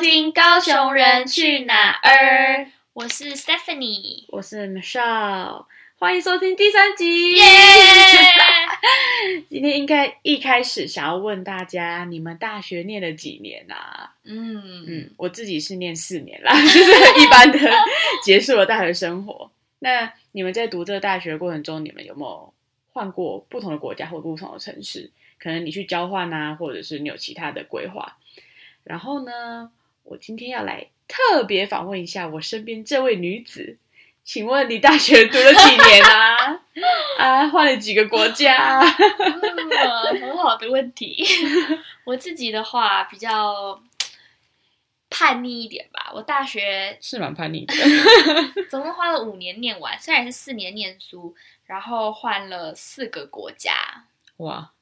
听《高雄人去哪儿》，我是 Stephanie，我是 Michelle，欢迎收听第三集。耶！今天应该一开始想要问大家，你们大学念了几年啊？嗯，嗯，我自己是念四年啦， 就是一般的 结束了大学生活。那你们在读这个大学过程中，你们有没有换过不同的国家或不同的城市？可能你去交换啊，或者是你有其他的规划。然后呢，我今天要来特别访问一下我身边这位女子，请问你大学读了几年 啊？啊，换了几个国家啊？嗯很好的问 题。我自己的话比较叛逆一点吧，我大学是蛮叛逆的。总共花了五年念完，虽然是四年念书，然后换了四个国家，哇，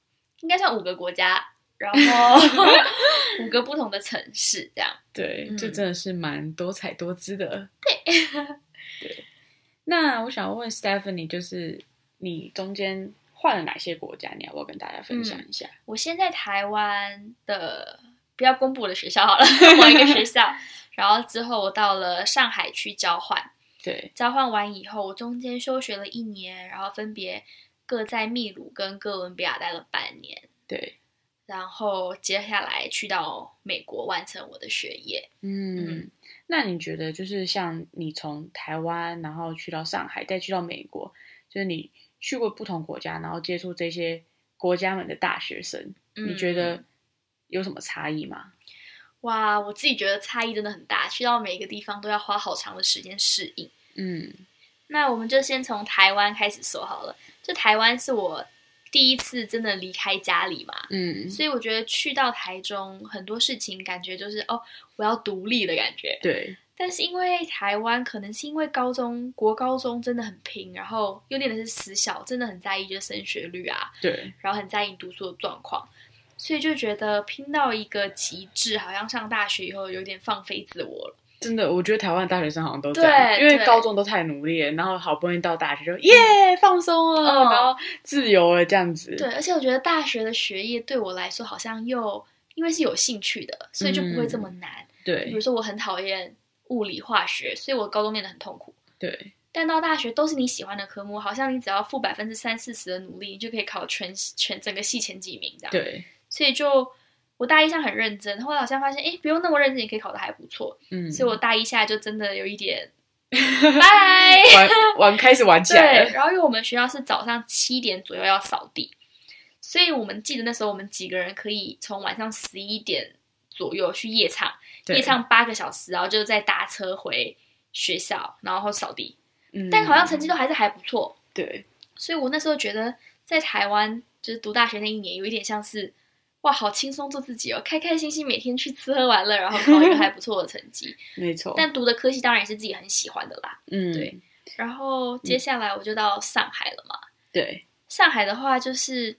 应该算五个国家，然 哦后五个不同的城市这样。对嗯，这真的是蛮多彩多姿的。对， 对。那我想问 Stephanie，就是你中间换了哪些国家？你要不要跟大家分享一下？我先在台湾的，不要公布我的学校好了， 某一个学校。然后之后我到了上海去交换，对，交换完以后，我中间休学了一年，然后分别各在秘鲁跟哥伦比亚待了半年，对，然后接下来去到美国完成我的学业。嗯。嗯那你觉得，就是像你从台湾，然后去到上海，再去到美国，就是你去过不同国家，然后接触这些国家们的大学生，嗯你觉得有什么差异吗？哇，我自己觉得差异真的很大，去到每一个地方都要花好长的时间适应。嗯，那我们就先从台湾开始说好了。就台湾是我第一次真的离开家里嘛，嗯，所以我觉得去到台中，很多事情感觉就是哦，我要独立的感觉。对，但是因为台湾，可能是因为高中国高中真的很拼，然后又念的是私校，真的很在意就是升学率啊，对，然后很在意读书的状况，所以就觉得拼到一个极致，好像上大学以后有点放飞自我了。真的，我觉得台湾的大学生好像都这样，对因为对高中都太努力了，然后好不容易到大学就耶放松了，嗯然后自由了这样子。对，而且我觉得大学的学业对我来说好像又因为是有兴趣的，所以就不会这么难。比对如说我很讨厌物理化学，所以我高中念得很痛苦。对但到大学都是你喜欢的科目，好像你只要付百分之三四十的努力，你就可以考全全整个系前几名这样。，对，所以就我大一上很认真，后来好像发现，哎，不用那么认真也可以考得还不错，嗯，所以我大一下就真的有一 点拜。玩 玩开始玩起来对，了。然后因为我们学校是早上七点左右要扫地，所以我们记得那时候我们几个人可以从晚上十一点左右去夜场，对夜唱八个小时，然后就再搭车回学校，然后扫地。嗯但好像成绩都还是还不错，对所以我那时候觉得在台湾就是读大学那一年，有一点像是哇，好轻松做自己哦，开开心心每天去吃喝玩乐，然后考一个还不错的成绩。没错，但读的科系当然也是自己很喜欢的啦。嗯对然后接下来我就到上海了嘛，对上海的话就是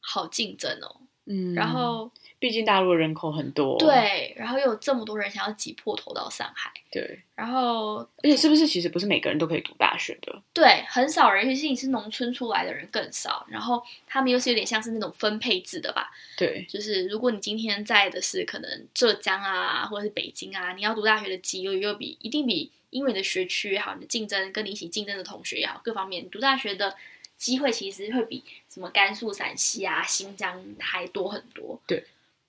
好竞争哦，嗯，然后、毕竟大陆人口很多，对，然后又有这么多人想要挤破头到上海，对，然后而且是不是其实不是每个人都可以读大学的？对，很少人，尤其是你是农村出来的人更少。然后他们又是有点像是那种分配制的吧，对就是如果你今天在的是可能浙江啊，或者是北京啊，你要读大学的几率又比一定比因为你的学区也好，你的竞争跟你一起竞争的同学也好，各方面你读大学的机会其实会比什么甘肃、陕西啊、新疆还多很多。对。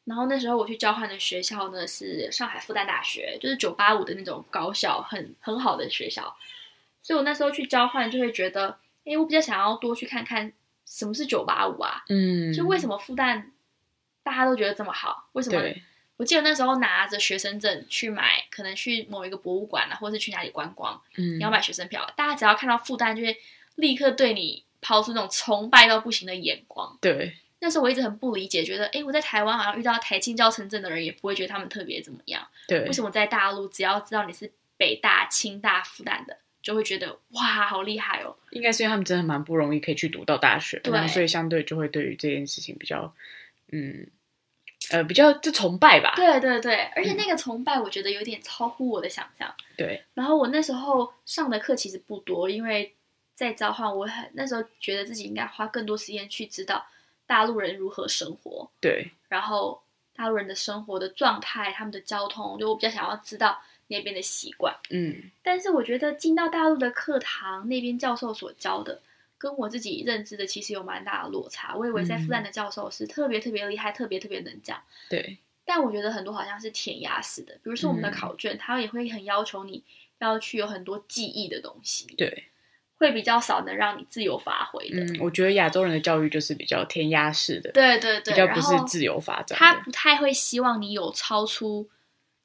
然后那时候我去交换的学校呢是上海复旦大学，就是九八五的那种高校，很很好的学校。所以我那时候去交换就会觉得，哎，我比较想要多去看看什么是九八五啊，嗯，就为什么？么复旦大家都觉得这么好？为什么？对我记得那时候拿着学生证去买，可能去某一个博物馆啊，或是去哪里观光，嗯你要买学生票，大家只要看到复旦，就会立刻对你抛出那种崇拜到不行的眼光。对那时候我一直很不理解，觉得诶，我在台湾好像遇到台青教城镇的人，也不会觉得他们特别怎么样。对，为什么在大陆，只要知道你是北大、清大、复旦的，就会觉得哇，好厉害哦！应该是因为他们真的蛮不容易可以去读到大学，对然后所以相对就会对于这件事情比较，嗯，呃，比较就崇拜吧。对对对，而嗯且那个崇拜，我觉得有点超乎我的想象。对然后我那时候上的课其实不多，因为在召唤，我很那时候觉得自己应该花更多时间去知道大陆人如何生活，对然后大陆人的生活的状态、他们的交通，就我比较想要知道那边的习惯。嗯，但是我觉得进到大陆的课堂，那边教授所教的，跟我自己认知的其实有蛮大的落差。我以为在复旦的教授是特别特别厉害、特别特别能讲，对，但我觉得很多好像是填鸭式的。比如说我们的嗯考卷，它也会很要求你要去有很多记忆的东西，对，会比较少能让你自由发挥的。嗯，我觉得亚洲人的教育就是比较填鸭式的，对对比对，较然不后是自由发展他的。不太会希望你有超出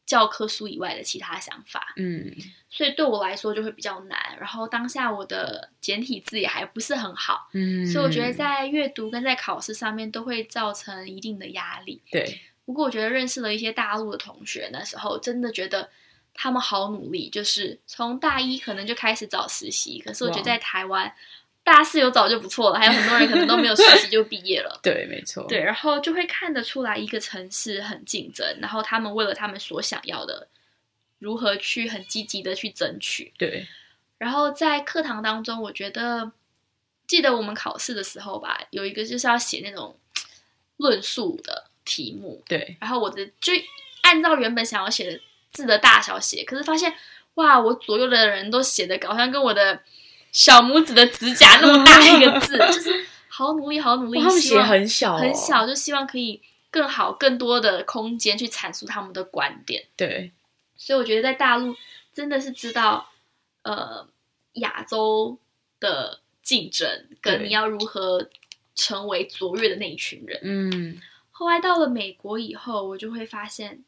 教科书以外的其他想法。嗯所以对我来说就会比较难。然后当下我的简体字也还不是很好，嗯，所以我觉得在阅读跟在考试上面都会造成一定的压力。对，不过我觉得认识了一些大陆的同学，那时候真的觉得他们好努力，就是从大一可能就开始找实习，可是我觉得哇在台湾大四有找就不错了，还有很多人可能都没有实习就毕业 了。对，没错，对，然后就会看得出来一个城市很竞争，然后他们为了他们所想要的，如何去很积极的去争取。对，然后在课堂当中，我觉得记得我们考试的时候吧，有一个就是要写那种论述的题目，对，然后我的就按照原本想要写的字的大小写，可是发现哇，我左右的人都写的好像跟我的小拇指的指甲那么大一个 字，就是好努力，好努力，哇他们希写望很小、哦，很，小，就希望可以更好、更多的空间去阐述他们的观点。对，所以我觉得在大陆真的是知道，呃，亚洲的竞争跟对你要如何成为卓越的那一群人。嗯，后来到了美国以后，我就会发现，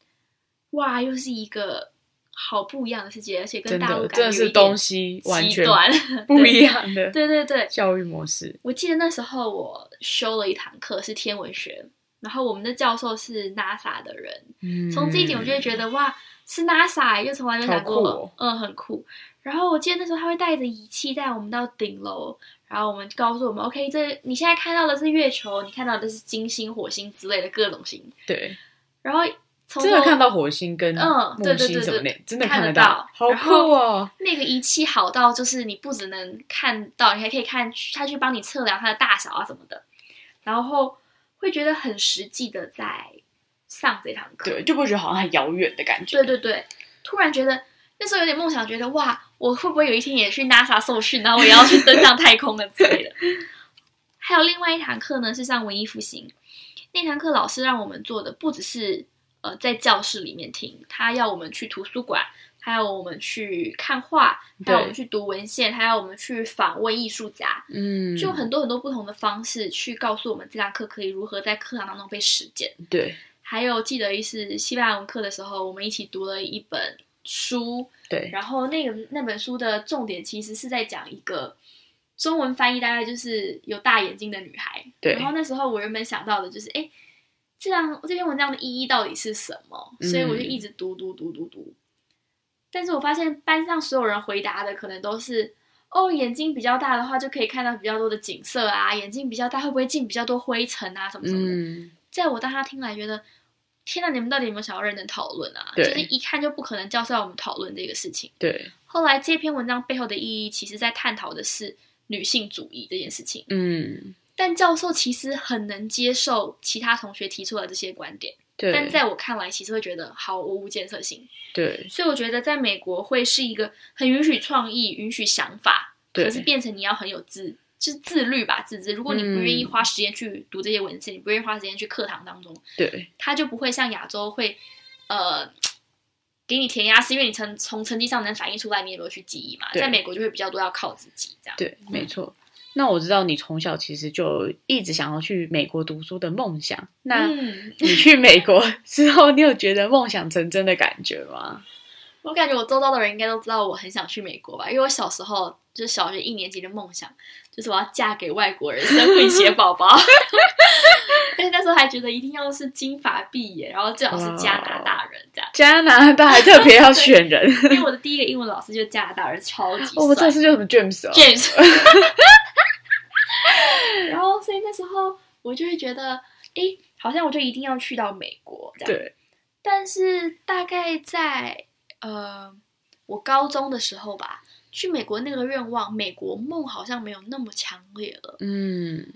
哇，又是一个好不一样的世界，而且跟真大陆的，感觉真的是东西完极全 端，不一样的对对对，教育模式。我记得那时候我修了一堂课是天文学，然后我们的教授是 NASA 的人，嗯，从这一点我就会觉得哇，是 NASA，就从来没有想过，好酷哦嗯，很酷。然后我记得那时候他会带着仪器带我们到顶楼，然后我们告诉我们，OK，这你现在看到的是月球，你看到的是金星、火星之类的各种星，对，然后从真的头看到火星跟嗯木对对星对什么对的，真的看得得到好然酷后哦！那个仪器好到，就是你不只能看到，你还可以看它去帮你测量它的大小啊什么的，然后会觉得很实际的在上这堂课。对，就不会觉得好像很遥远的感觉。对对对突然觉得那时候有点梦想，觉得哇，我会不会有一天也去 NASA 受训，然后我也要去登上太空了之类的。 还有另外一堂课呢，是上文艺复兴，那堂课老师让我们做的不只是呃在教室里面听，他要我们去图书馆，还要我们去看画，还要我们去读文献，还要我们去访问艺术家，嗯，就很多很多不同的方式去告诉我们这堂课可以如何在课堂当中被实践。对还有记得一次西班牙文课的时候，我们一起读了一本书，对然后那个那本书的重点其实是在讲一个中文翻译，大概就是有大眼睛的女孩。对然后那时候我原本想到的就是，哎，这样这篇文章的意义到底是什么？嗯所以我就一直读读读读读，但是我发现班上所有人回答的可能都是。哦，眼睛比较大的话，就可以看到比较多的景色啊。眼睛比较大，会不会进比较多灰尘啊？什么什么的。嗯，在我当下听来觉得，天呐，你们到底有没有想要认真讨论啊？就对是一看就不可能教授要我们讨论这个事情。对，后来这篇文章背后的意义，其实在探讨的是女性主义这件事情。嗯，但教授其实很能接受其他同学提出的这些观点，对，但在我看来，其实会觉得毫无建设性。对所以我觉得在美国会是一个很允许创意、允许想法，对可是变成你要很有自。就是自律吧，自制。如果你不愿意嗯花时间去读这些文字，你不愿意花时间去课堂当中，对他就不会像亚洲会，呃，给你填鸭式，因为你成从成绩上能反映出来你有没有去记忆嘛。对在美国就会比较多要靠自己这样。对，没错。那我知道你从小其实就一直想要去美国读书的梦想。那嗯，你去美 国之后，你有觉得梦想成真的感觉吗？我感觉我周遭的人应该都知道我很想去美国吧，因为我小时候就是小学一年级的梦想，就是我要嫁给外国人生混血宝宝。 而且那时候还觉得一定要是金发碧眼，然后最好是加拿大人这样，加拿大还特别要 选人，因为我的第一个英文老师就是加拿大人，超级帅。哦，我这次叫什么 James 哦 James。然后，所以那时候我就会觉得，诶，好像我就一定要去到美国这样。。对，但是大概在呃我高中的时候吧，去美国那个愿望，美国梦好像没有那么强烈了。嗯，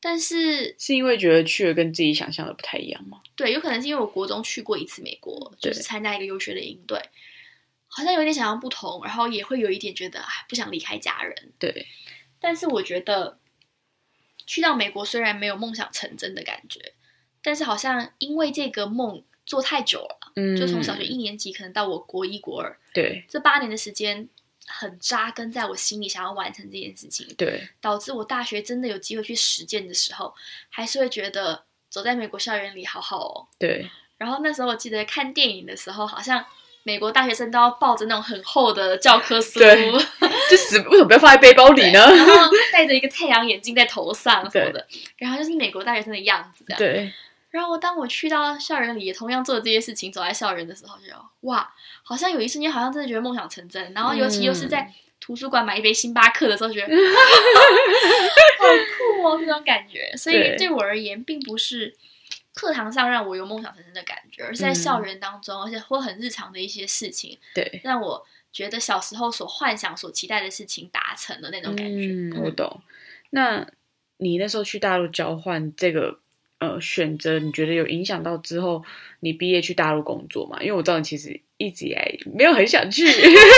但是是因为觉得去了跟自己想象的不太一样吗？对，有可能是因为我国中去过一次美国，对就是参加一个游学的营队，好像有点想要不同，然后也会有一点觉得哎不想离开家人。对，但是我觉得去到美国虽然没有梦想成真的感觉，但是好像因为这个梦做太久了，嗯，就从小学一年级可能到我国一国二对这八年的时间。很扎根在我心里，想要完成这件事情，对导致我大学真的有机会去实践的时候，还是会觉得走在美国校园里好好哦。对然后那时候我记得看电影的时候，好像美国大学生都要抱着那种很厚的教科书，对就死为什么不要放在背包里呢？然后戴着一个太阳眼镜在头上什么的，然后就是美国大学生的样子这样。 对然后当我去到校园里，也同样做这些事情，走在校园的时候就，哇，好像有一瞬间，好像真的觉得梦想成真。然后尤其又是嗯在图书馆买一杯星巴克的时候，觉得、 好酷哦，这种感觉。所以对对我而言，并不是课堂上让我有梦想成真的感觉，而是在校嗯园当中，而且或很日常的一些事情，对，让我觉得小时候所幻想、所期待的事情达成了那种感觉。嗯，我懂。那你那时候去大陆交换这个呃选择，你觉得有影响到之后你毕业去大陆工作吗？因为我知道你其实一直以来没有很想去，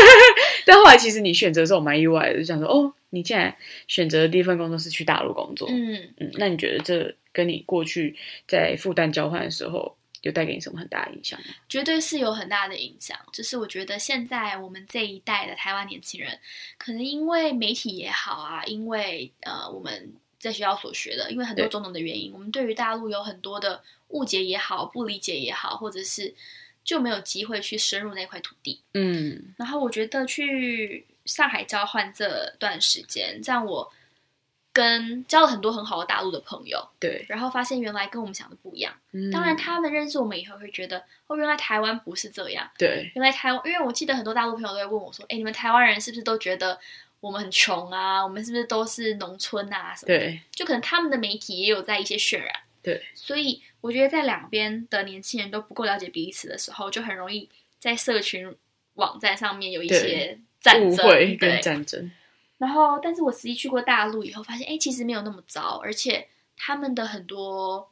但后来其实你选择的时候我蛮意外的，就想说哦，你竟然选择的第一份工作是去大陆工作。嗯，嗯，那你觉得这跟你过去在复旦交换的时候有带给你什么很大的影响吗？绝对是有很大的影响。就是我觉得现在我们这一代的台湾年轻人，可能因为媒体也好啊，因为呃我们在学校所学的，因为很多对种种的原因，我们对于大陆有很多的误解也好，不理解也好，或者是就没有机会去深入那块土地。嗯，然后我觉得去上海交换这段时间，让我跟交了很多很好的大陆的朋友，对，然后发现原来跟我们想的不一样。嗯当然，他们认识我们以后会觉得，哦，原来台湾不是这样。对原来台湾，因为我记得很多大陆朋友都会问我说，哎，你们台湾人是不是都觉得我们很穷啊？我们是不是都是农村啊？什么的？对就可能他们的媒体也有在一些渲染。对，所以我觉得在两边的年轻人都不够了解彼此的时候，就很容易在社群网站上面有一些战误争。会对跟，战争，然后，但是我实际去过大陆以后，发现哎，诶其实没有那么糟，而且他们的很多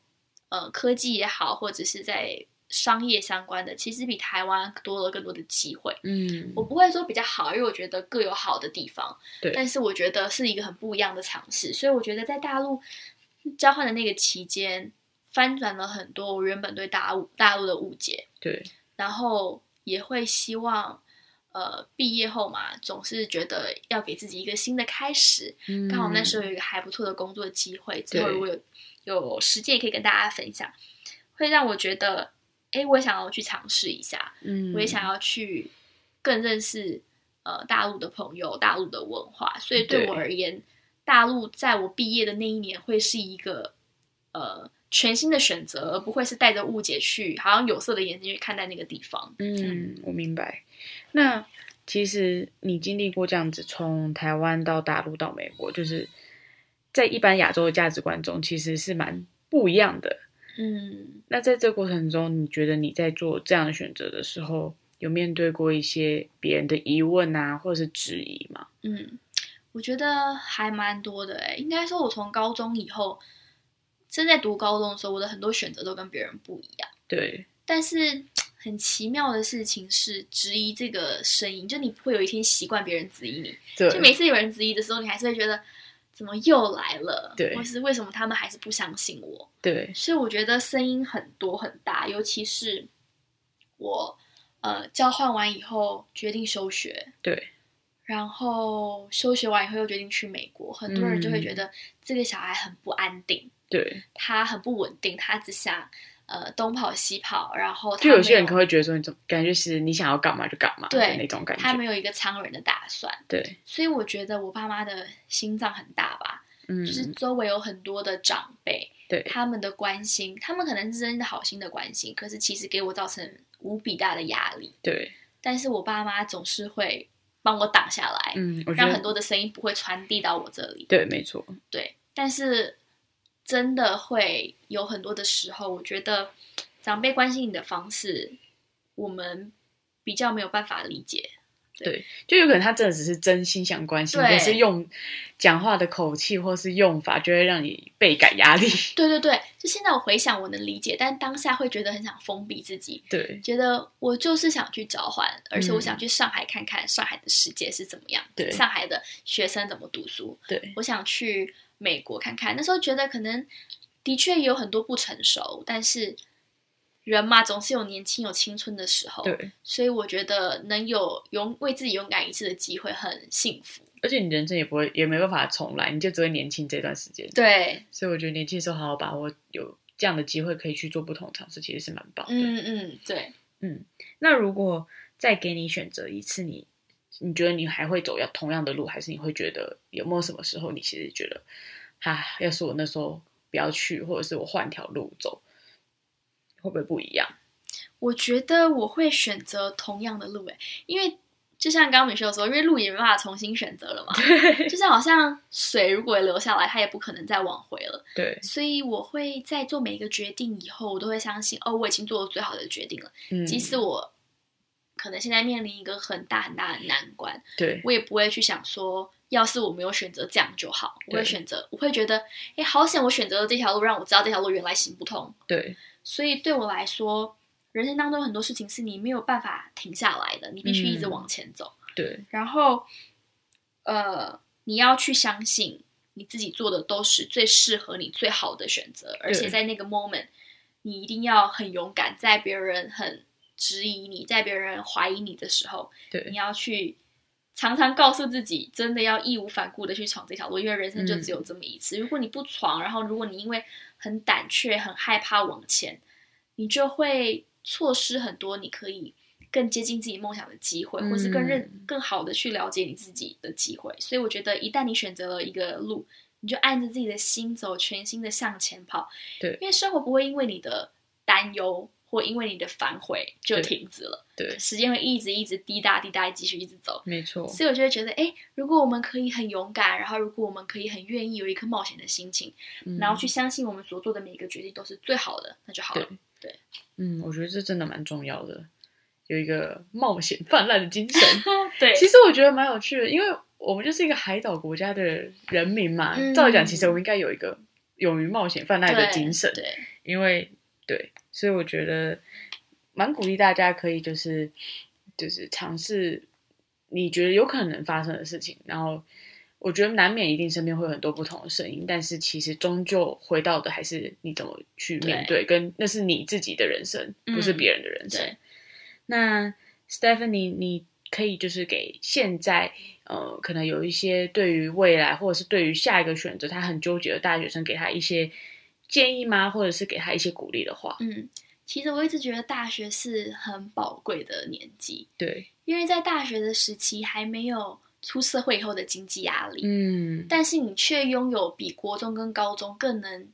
呃科技也好，或者是在商业相关的，其实比台湾多了更多的机会。嗯我不会说比较好，因为我觉得各有好的地方，对但是我觉得是一个很不一样的尝试，所以我觉得在大陆交换的那个期间，翻转了很多我原本对大陆大陆的误解。对然后也会希望，呃，毕业后嘛，总是觉得要给自己一个新的开始。刚好那时候候有一个还不错的工作机会，之后嗯对如果有有时间也可以跟大家分享，会让我觉得，哎，我也想要去尝试一下，嗯我也想要去更认识呃大陆的朋友、大陆的文化。所以对对我而言，大陆在我毕业的那一年会是一个呃全新的选择，而不会是带着误解去，好像有色的眼睛去看待那个地方。嗯，我明白。那其实你经历过这样子，从台湾到大陆到美国，就是在一般亚洲的价值观中，其实是蛮不一样的。嗯，那在这过程中，你觉得你在做这样的选择的时候，有面对过一些别人的疑问啊，或者是质疑吗？嗯，我觉得还蛮多的诶、应该说，我从高中以后，正在读高中的时候，我的很多选择都跟别人不一样。对，但是很奇妙的事情是，质疑这个声音，就你不会有一天习惯别人质疑你，对，就每次有人质疑的时候，你还是会觉得怎么又来了，对或是为什么他们还是不相信我？对，所以我觉得声音很多很大，尤其是我呃交换完以后决定休学，对，然后休学完以后又决定去美国，很多人就会嗯觉得这个小孩很不安定，对，他很不稳定，他只想呃东跑西跑，然后他就有些没人可能会觉得说，你怎么感觉是你想要干嘛就干嘛的对那种感他觉，没有一个长远的打算，对，所以我觉得我爸妈的心脏很大吧，嗯，就是周围有很多的长辈，对他们的关心，他们可能是真的好心的关心，可是其实给我造成无比大的压力。对，但是我爸妈总是会帮我挡下来，嗯，我觉让得很多的声音不会传递到我这里。对，没错，对，但是真的会有很多的时候，我觉得长辈关心你的方式，我们比较没有办法理解，就有可能他真的只是真心想关心，对但是用讲话的口气或是用法，就会让你倍感压力。 对对对，就现在我回想我能理解，但当下会觉得很想封闭自己，对觉得我就是想去交换，而且我嗯想去上海看看上海的世界是怎么样，对上海的学生怎么读书，对我想去美国看看。那时候觉得可能的确有很多不成熟，但是人嘛总是有年轻有青春的时候，对，所以我觉得能有勇为自己勇敢一次的机会很幸福。而且你人生也不会也没办法重来，你就只会年轻这段时间。对，所以我觉得年轻的时候好好把握有这样的机会，可以去做不同的尝试，其实是蛮棒的。嗯嗯，对。那如果再给你选择一次，你你觉得你还会走要同样的路，还是你会觉得有没有什么时候你其实觉得，啊，要是我那时候不要去，或者是我换条路走，会不会不一样？我觉得我会选择同样的路诶，因为就像刚刚米秀说，因为路也没办法重新选择了嘛，就像好像水如果流下来，它也不可能再往回了，对，所以我会在做每一个决定以后，我都会相信哦，我已经做了最好的决定了，嗯，即使我可能现在面临一个很大很大的难关，对我也不会去想说。要是我没有选择这样就好，我会对选择，我会觉得，哎，好险！我选择了这条路，让我知道这条路原来行不通，对所以对我来说，人生当中很多事情是你没有办法停下来的，你必须一直往前走。对然后，呃，你要去相信你自己做的都是最适合你、最好的选择，而且在那个 moment，你一定要很勇敢，在别人很质疑你、在别人怀疑你的时候，对你要去。常常告诉自己，真的要义无反顾的去闯这条路，因为人生就只有这么一次。如果你不闯，然后如果你因为很胆怯、很害怕往前，你就会错失很多你可以更接近自己梦想的机会，或是更认、嗯更好的去了解你自己的机会。所以我觉得，一旦你选择了一个路，你就按着自己的心走，全心的向前跑。对因为生活不会因为你的担忧或因为你的反悔就对停止了，对，时间会一直一直滴答滴答，继续一直走。没错，所以我就会觉得，哎，如果我们可以很勇敢，然后如果我们可以很愿意有一颗冒险的心情，嗯然后去相信我们所做的每一个决定都是最好的，那就好了对。嗯，我觉得这真的蛮重要的，有一个冒险泛滥的精神。对其实我觉得蛮有趣的，因为我们就是一个海岛国家的人民嘛。嗯照理讲，其实我们应该有一个勇于冒险泛滥的精神，对，因为对，所以我觉得蛮鼓励大家可以就是就是尝试你觉得有可能发生的事情，然后。我觉得难免一定身边会有很多不同的声音，但是其实终究回到的还是你怎么去面对，跟那是你自己的人生，不是嗯别人的人生。对那 Stephanie，你可以就是给现在呃，可能有一些对于未来或者是对于下一个选择他很纠结的大学生，给他一些建议吗？或者是给他一些鼓励的话？嗯，其实我一直觉得大学是很宝贵的年纪，对，因为在大学的时期还没有出社会以后的经济压力，嗯，但是你却拥有比国中跟高中更能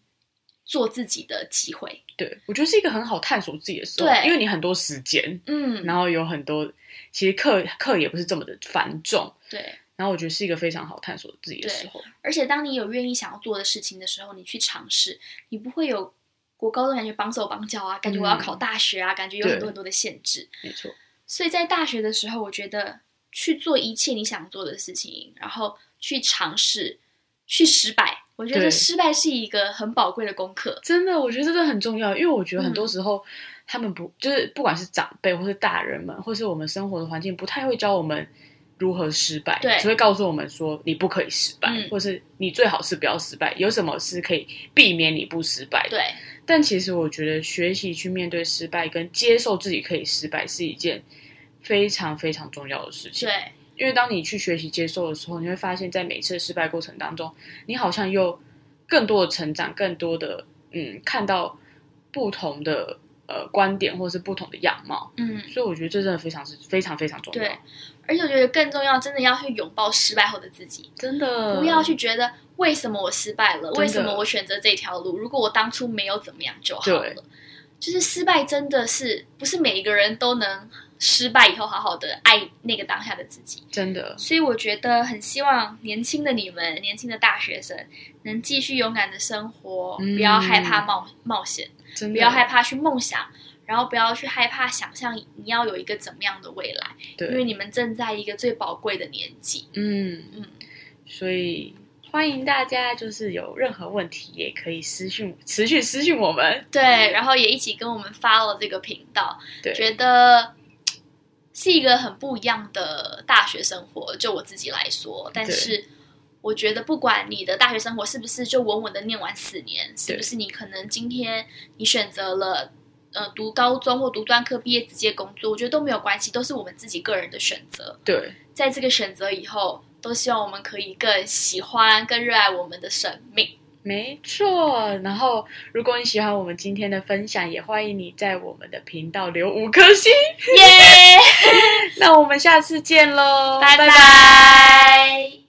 做自己的机会。对，我觉得是一个很好探索自己的时候，对因为你很多时间，嗯，然后有很多其实课课也不是这么的繁重，对，然后我觉得是一个非常好探索自己的时候。而且当你有愿意想要做的事情的时候，你去尝试，你不会有国高中感觉绑手绑脚啊，感觉我要嗯考大学啊，感觉有很对多很多的限制。没错，所以在大学的时候，我觉得去做一切你想做的事情，然后去尝试，去失败。我觉得对失败是一个很宝贵的功课。真的，我觉得这个很重要，因为我觉得很多嗯时候、他们不就是不管是长辈或是大人们，或是我们生活的环境，不太会教我们如何失败，对只会告诉我们说你不可以失败，嗯或是你最好是不要失败，有什么是可以避免你不失败的。对，但其实我觉得学习去面对失败跟接受自己可以失败是一件非常非常重要的事情。对，因为当你去学习接受的时候，你会发现在每次的失败过程当中，你好像又更多的成长，更多的嗯，看到不同的呃观点或是不同的样貌，嗯。所以我觉得这真的非常是非常非常重对要，而且我觉得更重要，真的要去拥抱失败后的自己，真的不要去觉得为什么我失败了，嗯的为什么我选择这条路？如果我当初没有怎么样就好对了。就是失败真的是不是每一个人都能失败以后好好的爱那个当下的自己。真的所以我觉得很希望年轻的你们，年轻的大学生，能继续勇敢的生活，嗯不要害怕冒冒险，真的不要害怕去梦想，然后不要去害怕想象你要有一个怎么样的未来，因为对，你们正在一个最宝贵的年纪。嗯嗯，所以欢迎大家，就是有任何问题也可以私讯，持续私讯我们。对，然后也一起跟我们 follow 这个频道，对觉得嘖是一个很不一样的大学生活。就我自己来说，但对是我觉得不管你的大学生活是不是就稳稳的念完四年，是不是你可能今天你选择了。呃，读高中或读专科毕业直接工作，我觉得都没有关系，都是我们自己个人的选择。对，在这个选择以后，都希望我们可以更喜欢、更热爱我们的生 命。没错。然后，如果你喜欢我们今天的分享，也欢迎你在我们的频道留五颗星。耶、那我们下次见喽，拜拜